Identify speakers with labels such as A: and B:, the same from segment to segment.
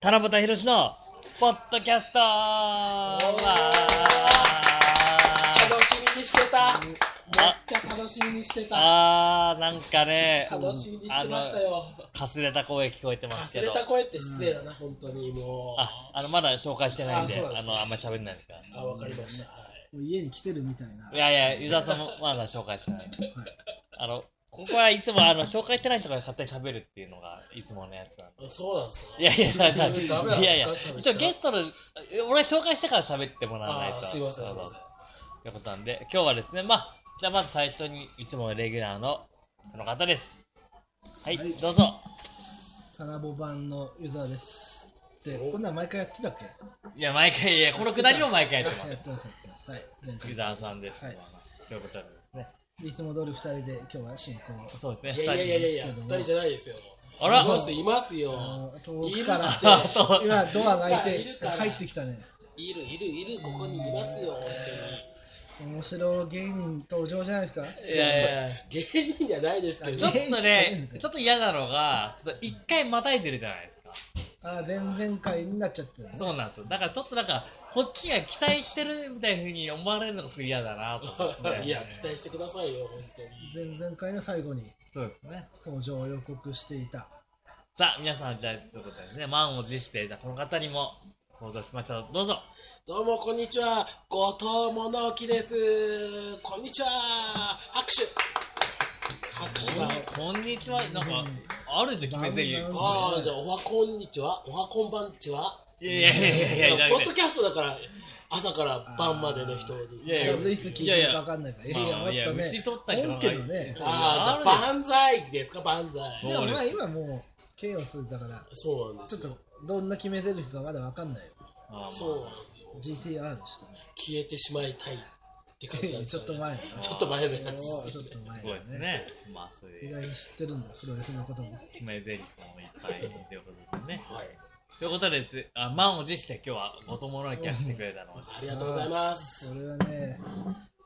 A: 七夕ひろしのポッドキャストわー
B: 楽しみにしてためっちゃ楽しみにしてた
A: あーなんかね
B: 楽しみにしてましたよ
A: あのかすれた声聞こえてま
B: か
A: す
B: す
A: け
B: れ
A: ど
B: た声って失礼だな、本当にもう
A: ああのまだ紹介してないんで
B: あそう
A: あ
B: なんですね
A: のあんまり喋んないから。
B: あわかりましたはい
C: もう家に来てるみたいない
A: やいや湯沢さんもまだ紹介してない
C: はい
A: あのここはいつもあの紹介してない人が勝手に喋るっていうのがいつものやつなんで
B: あそうなんですか
A: いやいや、だから
B: ダメなんですか
A: いやいや、
B: 喋っち
A: 一
B: ゃ
A: 応ゲストの、え俺は紹介してから喋ってもらわない
B: あ
A: と。
B: ーすいませんすいま
A: そう
B: せん
A: そうということなんで、今日はですね、まあ、じゃあまず最初に、いつものレギュラーの、この方です。はい、
C: はい
A: どうぞ。
C: タナボ版のユーザーです。で、
B: お
C: こんなん毎回やってたっけ
A: いや、毎回、いや、このくだりも毎回やってま
C: やってます、やってます。はい。連
A: す。
C: 続
A: 湯沢さんです。
C: はい
A: ということでですね。
C: いつも通り二人で今日は進行
A: そうです
B: い
A: ね、
B: やいやいやいやいや
C: 二人
B: 二人じゃないですよ
A: あら
B: いますいますよ
C: あの
B: いる
C: 遠く
B: っ
C: か ら
B: て
A: あ
C: 今ドアが開
B: い
C: い
B: る
C: て
B: から
C: 入ってきたね。
B: いるいるいるここにいますよ本
C: 面白芸人登場じゃないですか。
A: いやいや。
B: 当に芸人じゃないですけ
A: ちょっ
B: ど
A: とね、ちょっと嫌なのが、ちょっと一回またいでるじゃないですか。
C: あー、前々回になっちゃってるね。
A: そうなんですよ。だからちょっとなんか、こっちが期待してるみたいな風に思われるのがすごい嫌だなと思って。
B: いや期待してくださいよ本当に
C: 前々回の最後に
A: そうですね。
C: 登場を予告していた。
A: さあ、皆さん、じゃあ、ということでですね、満を持して、じゃあこの方にも登場しましょう。どうぞ。
B: どうもこんにちは後藤物置ですこんにちは拍手拍手が
A: こんにちは。なんか、あるじゃん、決め台詞。い
C: なんだ
B: ああじゃあおはこんにちはおはこんばんちは
A: やいやいやいやいや、
B: ポッドキャストだから朝から晩までの人に
A: いやいや
C: いつ聞いてるかわかんないから。
A: いやいやまあ
C: やっぱね
A: いやうち撮った人が
C: 本家のね。
B: ああじゃあ万歳ですか万歳
C: でもまあ
A: そうです
C: 今もうケイオスだから
B: そうなんで
C: ちょっ
B: すよ
C: とどんな決め台詞かまだわかんないよ
A: あーま
B: そうなんですよ
C: GTR でした
B: 消えてしまいたいって感じなん
C: ね
B: です
C: ちょ
B: よ
C: っ
B: ね
C: と前の
A: あ
B: ちょっと前のや
C: おー
B: つ
C: ちょっと前
A: あすごいですね。まあ、そう
C: 意
A: いう
C: 外に知ってるんだプロレスのことも
A: 決め台詞もいっぱいということでね。
B: はい
A: ということでです、あ満を持して今日はご友達が来てくれたの
B: ありがとうございます
C: これはね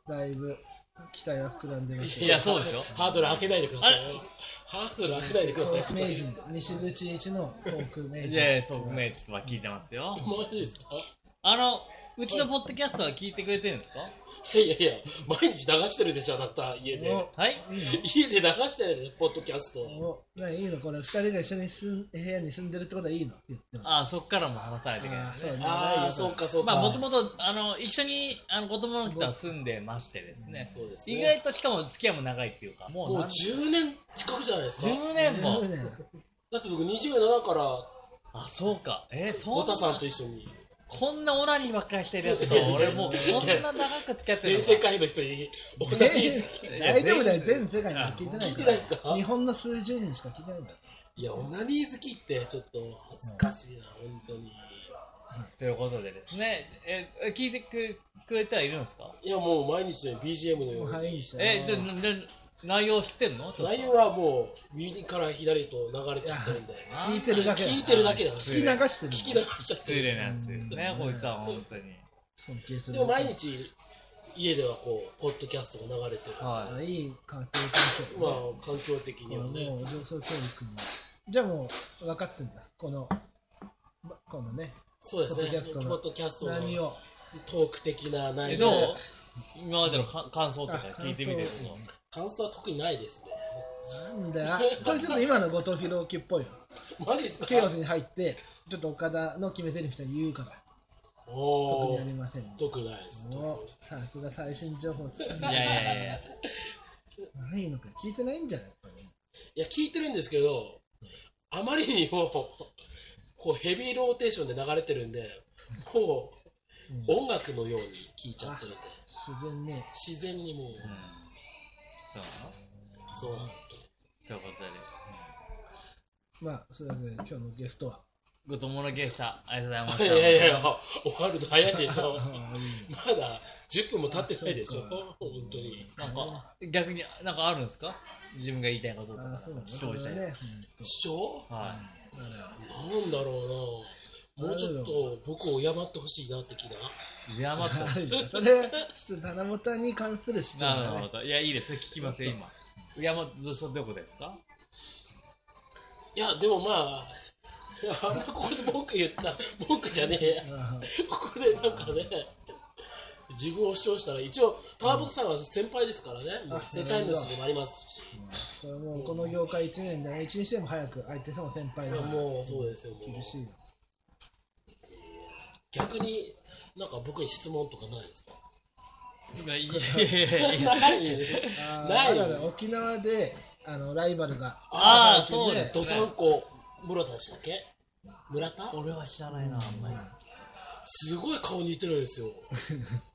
C: だいぶ期待は膨らんでます
A: いや、そうでしょ。
B: ハードル上げないでください
A: あれ
B: ハードル上げないでください
C: トーク名人西口一のトーク名
A: いやいや、
C: 人
A: トークメイちょっとは聞いてますよ。
B: マジですか
A: あの、うちのポッドキャストは聞いてくれてるんですか
B: いやいやいや毎日流してるでしょあなた家で
C: お
A: はい
B: 家で流してるでしょポッドキャスト
C: おないいのこれ二人が一緒に住ん部屋に住んでるってことはいいのって言っても
A: ああ、そっからも話さないといけない
C: ー
A: ですね。
B: ああそうかそうか
A: まあ、もともと、あの、一緒に、あの、子供の時とは住んでましてですね。
B: そうですね
A: 意外と、しかも付き合いも長いっていうか、もう
B: もう
A: 何
B: 10年近くじゃないですか
A: 10年も
C: 10。年
B: だって僕27から
A: あ、そうか。えー、そ
B: ゴ
A: んな
B: タ、さんと一緒に
A: こんなオナニーばっかりしてるやつと
B: いやいやい、や
A: 俺もう、こんな長く付き合ってる
B: 全
A: のか
B: 世界の人に同じ聞
A: いや
C: 大丈夫だよ全世界には聞いてない
B: いて
C: か
B: ない
C: ら
B: ですか
C: 日本の数十人しか聞いてないんだよ
B: いやオナニー好きってちょっと恥ずかしいな本当に
A: ということでですね、えー、聞いてくくれてはいるんですか
B: いやもう毎日のように BGM のよう
C: はいいい
B: に
C: じゃん
A: えー、じゃあ、じゃあ内容知ってんのちょっと
B: 内容はもう右から左と流れちゃってるんで
C: 聞いてるだけだ
B: 聞いてるだけだ聞
C: 聞き流してる
B: き流しちゃって
A: 失礼
B: る
A: なやつですね、こいつは本当に。
C: 尊敬する
B: でも毎日家ではこうポッドキャストが流れてるまあ
A: はい。
C: いい家庭環境だね
B: 環境的にはね
C: もう上層教育もじゃあもう分かってんだこのまこのね
B: そうですねポッドキャストの
C: 何を
B: トーク的な内
A: え、
B: 容
A: どう今までのか感想とか聞いてみてるの。
B: 感想は特にないですね
C: なんだよこれちょっと今の後藤弘樹っぽいよ
B: マジですか
C: ケイオスに入ってちょっと岡田の決め手に人言うから特
B: お
C: に
B: ー
C: ありませんね
B: 特にないです
C: おさすが最新情報つか
A: いやいやいや、
C: ないのか聞いてないんじゃない
B: いや聞いてるんですけどあまりにもこうヘビーローテーションで流れてるんでもう音楽のように聴いちゃってるんで
C: 自然ね
B: 自然にも
A: う
B: う
A: ん。そうなの
B: そうなんですね
A: ということで、
C: まあそれで今日のゲストは
A: ご友の芸者、ありがとうございま
B: い
A: し
B: や
A: た。
B: いやいや、終わるの早いでしょ。
C: ああいいね
B: まだ10分も経ってないでしょ、
C: あ
B: 本
C: そ
B: 当に。
A: なんか、逆に、なんかあるんですか自分が言いたいこととか、な
C: あ
A: ん
C: そう
A: か
C: だね
A: 視
C: そ
A: 聴
C: れ
A: 者
C: は
A: に。
C: ね
B: 主張
A: は
C: うんだ
B: なんだ
C: から
B: ろうな。もうちょっと僕を敬ってほしいなって気が。
A: い。いや、 また。
C: あるよそれ、ちょっと七夕に関する主張
A: なる
C: だ
A: ほ
C: ね。
A: ど。いや、いいです。それ聞きますよ、今。いや、まあ、どうどういうことですか
B: いや、でもまあ、あんなここで文句言った文句じゃねえや
C: あ
B: ここでなんかね自分を主張したら一応川本さんは先輩ですからね、もう
C: あ
B: 世帯主でもありますし、
C: ーこれもうこの業界1年でも1日でも早く相手の先輩が
B: もうそうですよもう
C: 厳しいよ
B: 逆になんか僕に質問とかないですか
A: いやいやいや いや
B: ない
C: あー
B: ない
C: だから沖縄であのライバルが
A: ああ
C: ー
A: そうです
B: どさんこ室田でしたっけ村田
A: 俺は知らないなあんまり
B: すごい顔似てるんですよ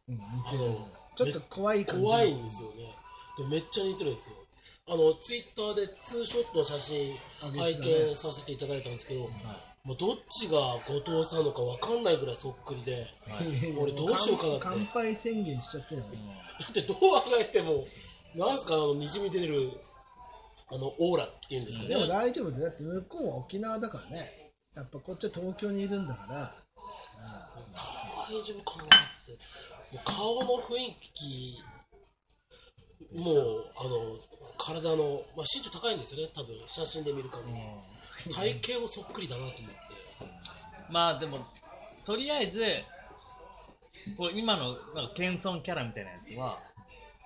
C: うん
B: あの
C: ちょっと怖い感じ
B: 怖いんですよねでめっちゃ似てるんですよあのツイッターでツーショットの写真
C: あげ
B: 拝
C: てたね
B: 見させていただいたんですけど、もうどっちが後藤さんのか分かんないぐらいそっくりで俺どうしようかなって
C: 乾乾杯宣言しちゃってるよね
B: だってどう考えてもなんですかあのにじみ出てるあのオーラっていうんですかね、
C: でも大丈夫でだって向こうは沖縄だからねやっぱこっちは東京にいるんだから
B: 大丈夫かなっつってもう顔の雰囲気もうあの体の、まあ、身長高いんですよね多分写真で見る限り体型もそっくりだなと思って
A: まあでもとりあえずこう今のなんか謙遜キャラみたいなやつは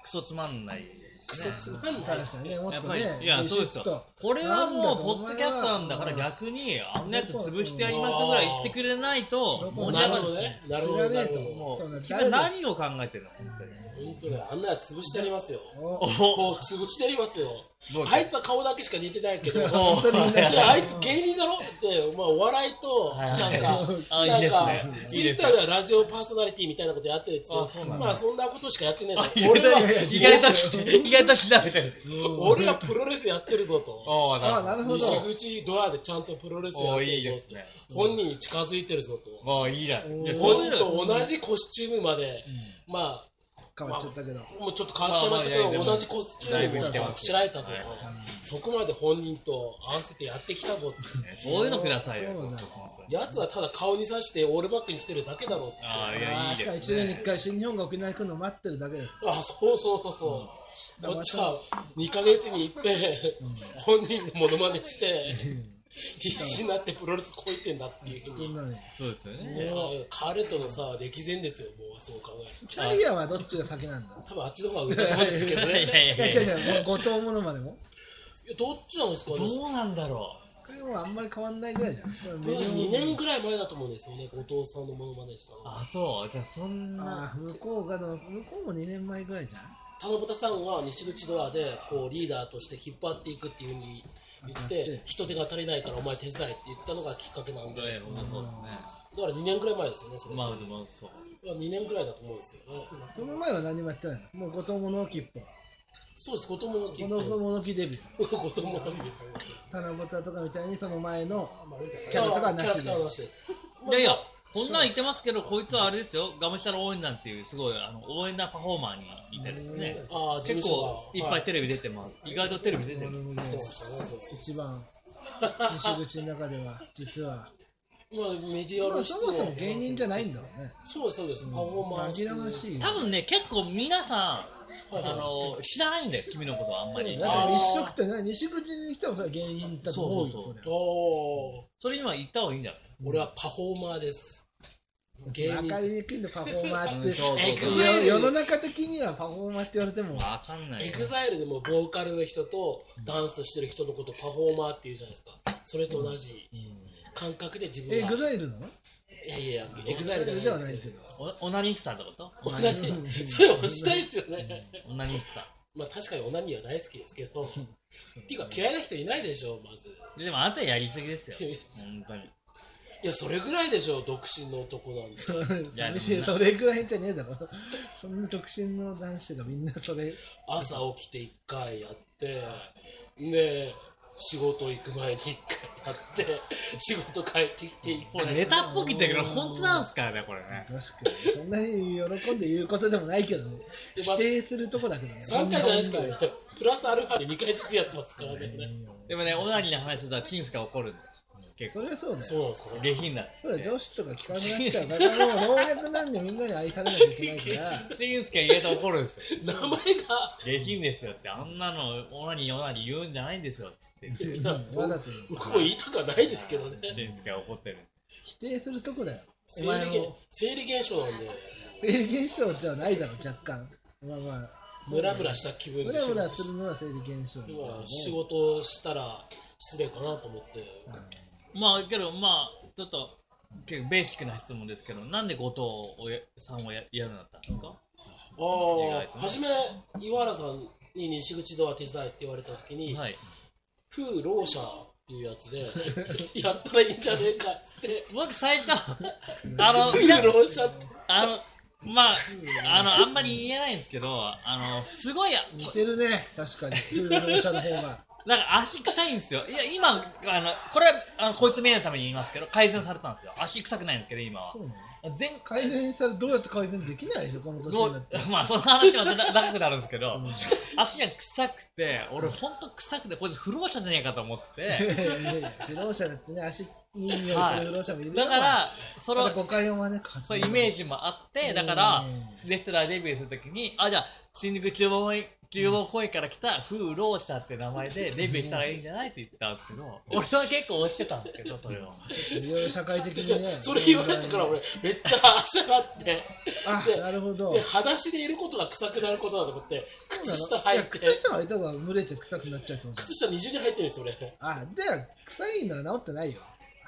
A: クソつまんない
B: クソつまんない
C: 確かにねも
A: や
C: っ
A: っ
C: と
A: ぱり、
C: ね
A: いやそうです
C: ビシッ
A: よ
C: と
A: これは
C: な
A: も
C: んだ
A: う
C: とお
A: ポッ
C: 前
A: ド
C: は
A: キャスターだから
C: うん
A: 逆にあんなやつ潰してやりますぐらい言ってくれないと
C: うん
A: 盛り
B: な
A: 上
B: る
A: が
B: ほど
A: る
B: ねなるほど
C: 知ら
B: な
C: ね
B: る
C: え
B: ほ
C: と
A: も
C: そう
A: う
C: ね
A: 君は何を考えてるの本当に
B: ど本当だよあんなやつ潰してやりますよ
C: お
A: お
B: もう潰してやりますよ
A: どうぞ
B: あいつは顔だけしか似てない けど
A: お
C: 本当にみんな
B: であいつ芸人だろって、まあ、お笑いと
A: はい
B: なんか、
A: あ
B: ない
A: い
B: ん
A: です
B: か
A: ね
B: ツ
A: いい
B: イッ
A: です
B: ターではラジオパーソナリティみたいなことやってるっつって
A: あそうなんだ
B: まあそんなことしかやってねえ
A: 意
B: と俺は
A: 外と意外と意外とひらめてる
B: 俺はプロレスやってるぞと
A: おお
C: あなるほど
B: 西口ドアでちゃんとプロレスやっ
A: おー
B: て
A: いい
B: る
A: で
B: ぞっ
A: す
B: て
A: ね
B: 本人に近づいてるぞと
A: おーいいな
C: おー
A: いやそうい
B: 本
A: う
B: 人
A: の
B: と同じコスチュームまで、ま
C: 変わっちゃったけど
B: あもうちょっと変わっちゃいましたけど、
A: まあまあいやいや
B: 同じコスチューム
A: だいぶ
B: も
A: 来てます
B: 開いたぞと、
A: はい
B: そこまで本人と合わせてやってきたぞって
A: ねそういうのくださいよ
C: そうなんだ
B: やつはただ顔に刺してオールバックにしてるだけだろうっつって
A: あ
B: あ
A: ーいやいい
C: し
A: で
C: か
A: す
C: も
A: ね
C: 1年に1回新日本が沖縄行くの待ってるだけで
B: そうそうそうそう、
C: うん
B: こっちは2か月にいっぺん、本人のモノマネして必死になってプロレスこいてんだっていうふう
C: みん
B: に、
C: なね
A: そうですよね
B: ね彼とのさ歴然ですよもうそう考える
C: キャリアはどっちが先なんだ
B: と多分あっちの方が上だと思うんですけ ど
A: いや
B: ね
A: い
B: い
A: やい
C: いや
A: や
C: 違う違う後藤ものまでも
B: やどっちなんですかね
A: どうなんだろ
C: これはあんまり変わんないぐらいじゃん
B: 2年ぐらい前だと思うんですよね後藤さんのモノマネした
A: う
B: の
A: あそうじゃあそん
C: あ
A: な
C: ー向こうがの向こうも2年前ぐらいじゃん
B: 田中さんが西口ドアでこうリーダーとして引っ張っていくっていうふうに言っ
C: やって
B: て人手が足りないからお前手伝えって言ったのがきっかけなんで
A: いや
B: だ
A: ほんとそうですね
B: から2年ぐらい前ですよねそれ、
A: まあでもそう
B: 2年ぐらいだと思うんですよね
C: その前は何もやってないのもう後藤物置っぽい
B: そうです子供の時
C: この子物置デビュー
B: 子供の時
C: 七夕とかみたいにその前のキ
B: キ
C: ャ
B: ャ
C: ラ
B: ラ
C: と
B: ク
C: か
B: タ
C: はなし
B: ー
C: で
B: の話
A: い
B: で
A: やいや、こんなん言ってますけど、こいつはあれですよ、がむしゃら応援団っていう、すごいあの応援団パフォーマーにいてですね、
B: ああ事
A: 結
B: 務
A: 構
B: 所
A: いっぱいテレビ出てます、意外とテレビ出てる、
B: 出てましたねそれ
C: 一番西口の中では実は
B: まあメディア
C: ま
B: の
C: あそもそも芸人じゃないんだろうね
B: そうですそうですパフォーマンス
C: 紛らわしいよ
A: 多分ね、結構皆さん、
B: はいはい
A: あの知らないんだよ、君のことはあんまり。
C: だから一色ってね西口に来てもさ芸人多分多い
A: そうそうそう
C: そ
B: おお
A: それには言った方がいいんだよ。
B: 俺はパフォーマーです
C: り
B: 芸
C: ゃ分かり
B: 人
C: にくいんだパフォーマーっ
A: うんそうそう
B: そう
C: ていや世の中的にはパフォーマーって言われても
A: わかんない
B: エ
A: よ。
B: グザイルでもボーカルの人とダンスしてる人のことパフォーマーっていうじゃないですかそれと同じ感覚で自分
C: え
B: が
C: グザイルなの
B: いやいやエグザイルじゃない
C: では
B: です
C: な
B: け
C: い
B: ど
C: けど
A: おオナニスタってことオ
B: オ
A: ナ
B: ナ
A: ニ
B: ニ
A: ス
B: ーそれ押したいですよね
A: タ。オナニスタ。
B: まあ確かにオナニーは大好きですけどっていうか嫌いな人いないでしょまず
A: でもあなたやりすぎですよ、本当に。
B: いやそれぐらいでしょ独身の男なんで
A: やでもな
C: 寂しいそれぐらいじゃねえだろそんな独身の男子がみんなそれ
B: 朝起きて一回やってで仕事行く前に一回やって仕事帰ってきて一
A: こ
B: 回
A: れネタっぽく言ってるけど、本当なんですからね、これね。
C: 確かにそんなに喜んで言うことでもないけど、
B: でま
C: 否
B: あ
C: 定するとこだけどね
B: 3回じゃないですからねプラスアルファで2回ずつやってますからね
A: でもね、オナニーの話するとチンスが怒るんだよ。結
C: そ
A: 構
C: れはそうだよ
B: そうなんですか
A: 下品だっつ
C: そう
A: って
C: だ女子とか聞かなくなっちゃうからもう老若男女みんなに愛されなきゃいけない から
A: 俊介言えと怒るんですよ
B: 名前が
A: 下品ですよってあんなのオナニーオナニー言うんじゃないんですよっつって
C: うんわざと
B: 僕も言いたくはないですけどね
A: 俊介は怒ってる
C: 否定するとこだよお
B: 生
C: 前
B: 理現
C: の
B: 生理現象なんで
C: 生理現象ではないだろ若干まあまあ
B: ムラムラした気分
C: ム
B: で
C: ラ
B: 仕
C: ム
B: 事
C: ラ
B: し
C: するのは生理現象だから
B: 今
C: ね
B: 仕事をしたら失礼かなと思って
A: まあけどまあちょっと結構ベーシックな質問ですけどなんで後藤をやさんをや嫌になったんですか、
B: あ
A: と
B: あ
A: ね
B: 初め岩原さんに西口ドア手伝いって言われた時に
A: はい
B: 「風浪者」っていうやつでやったらいいんじゃねえかっつって
A: 僕最初あの
B: 風浪者って
A: あのまああのあんまり言えないんですけどあのすごい
C: 似てるね確かに風浪者の方が
A: なんか足臭いんですよいや今あのこれあのこいつ名誉のために言いますけど改善されたんですよ足臭くないんですけど今は
C: そうなの
A: 全
C: 改善したらどうやって改善できないでしょこの年
A: ど
C: に
A: う
C: なって
A: まあその話はまた長くなるんですけど、足が臭くて俺ほんと臭くてこいつ不老者じゃねえかと思って
C: い
A: て
C: やいやいや風浪者だってね足に匂いする
A: はい
C: 風浪者もいる
A: だからその
C: また誤解を招く
A: そういうイメー
C: ジ
A: ジもあってだから
C: う
A: レスラーデビューするときにあじゃあ新宿厨房厨房声から来た風浪者って名前でデビューしたらいいんじゃないって言ったんですけど俺は結構押してたんですけどそれを
C: いろいろ社会的にね
B: それ言われてから俺めっちゃ汗があって
C: あ
B: で
C: なるほど
B: で裸足でいることが臭くなることだと思って靴下
C: い
B: 履
C: や
B: い
C: 靴
B: て
C: 下履いた方が蒸れて臭くなっちゃうってこと
B: 靴下二重に履いてるんですよ俺
C: あでは臭いのは治ってないよ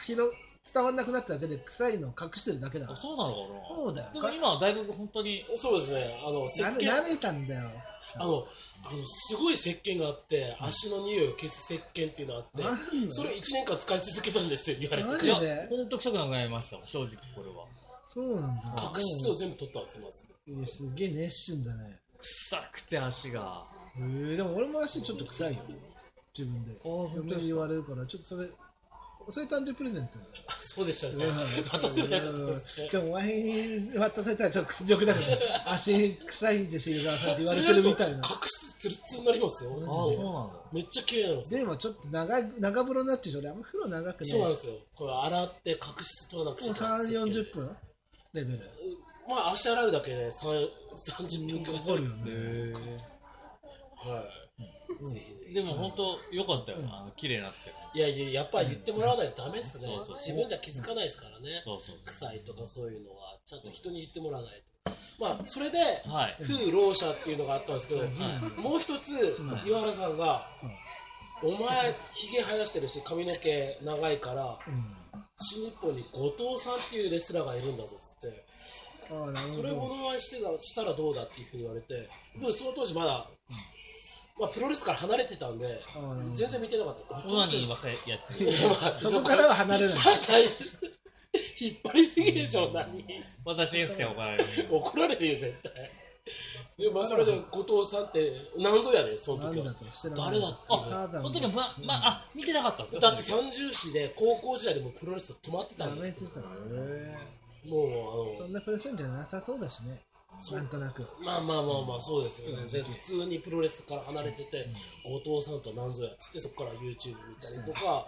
C: 広伝わんなくなっただけで臭いのを隠してるだけだか
A: あ
C: ら
A: そうなのかな
C: そうだよ
A: でも今はだいぶ本当に
B: そうですねあの石
C: 慣れ
B: 鹸
C: 慣れたんだよ
B: あのあのすごい石鹸があって足の匂いを消す石鹸っていうのがあ
C: な
B: っ
C: ん
B: て
C: だ
B: それ1年間使い続けたんですよ言われて
C: マ
A: い
C: ジ
A: や
C: で
A: 本当臭くなくなりました正直これは
C: そうなんだ
B: 角質を全部取ったんですよまず
C: いやすげえ熱心だね
A: 臭くて足が
C: へえでも俺も足ちょっと臭いよ自分で
A: あ本当です
C: 嫁
A: か
C: に言われるからちょっとそれそれ誕生日プレゼントだよ
B: あそうでしたね
C: うん
B: 渡せばよかったですね
C: でもお前に渡されたらちょっと屈辱だけ ど足臭いんですよ岩田さんって言われてるみたいな
B: それやると角質ツルツルになります
A: あ
B: よ
C: マジ
A: そ
C: で
A: うなんだ
B: めっちゃ綺麗なんですよ
C: でもちょっと長い長風呂になっちゃうし俺あんま風呂長くない
B: そうなんですよこれ洗って角質取らなくち
C: も
B: ゃ
C: う
B: いけない
C: 3、
B: 石
C: 40
B: 鹸
C: 分レベル。
B: まあ足洗うだけで3 30分か
C: か
B: か
C: か
B: る
C: るよね。
B: はいぜひぜひ
A: でも本当良かったよあの綺麗になって
B: いやいややっぱり言ってもらわないとダメですね
A: そうそう
B: 自分じゃ気づかないですからね
A: そうそうそ
B: 臭いとかそういうのはちゃんと人に言ってもらわないとまあそれで
A: うはい
B: 風浪者っていうのがあったんですけど、
A: い
B: もう一つ
A: うん
B: 岩原さんが「お前ひげ生やしてるし髪の毛長いから新日本に後藤さんっていうレスラーがいるんだぞ」っつって
C: うん。ああ、なる
B: そ
C: ほ
B: れを
C: ど。
B: 物まねしてたしたらどうだっていうふうに言われてでもその当時まだ、まあ、プロレスから離れてたんで
C: ああなるほど
B: 全然見てなかった
A: オナ
B: 後
A: ニー
B: 藤って
A: ばっかりやってる
B: まあ
C: そこからは離れない。
B: 引っ張りすぎでしょ何
A: また俊介が怒られる
B: 怒られるよ絶対でまあそれで後藤さんって何ぞやでその
C: なん
B: 時は
C: だと知ら
B: 誰だって
A: あ
B: いう
C: ただ
A: その時はままあ見てなかったんですか
B: だって三重市で高校時代でもプロレス止まってた
C: ダ
B: んで
C: メってたね。
B: もう
C: そんなプレゼンじゃなさそうだしね。
B: そう
C: なんとなく。
B: あのまあまあまあまあそうですよね、で普通にプロレスから離れてて、後藤さんとなんぞやっつってそこから YouTube 見たりとか、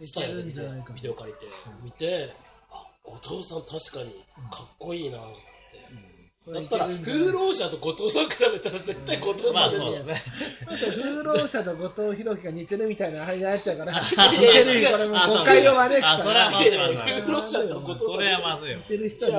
C: い
B: スタ
C: け
B: イル
C: るん
B: 見
C: じ
B: て
C: ゃないか。
B: ビデオ借りて見てあ後藤さん確かにかっこいいなって。
C: こ
B: だ
C: れい
B: った
C: け
B: ら、
C: るんじゃない
B: 風浪者と後藤さん比べたら絶対後藤
A: ま
B: さ
A: あ
B: んでし
A: そ
B: ょ
A: うです。ね
C: 風浪者と後藤弘樹が似てるみたいなあれになっちゃうから、似
B: いや
C: て
B: 違
C: る
B: う
C: これも
A: あそう
C: 誤解を招くか
A: あそれはま
C: ら
A: あ。
B: いやいや風浪者と後藤さん
A: それはまずいよ
C: 似てる人
B: い
C: は
B: や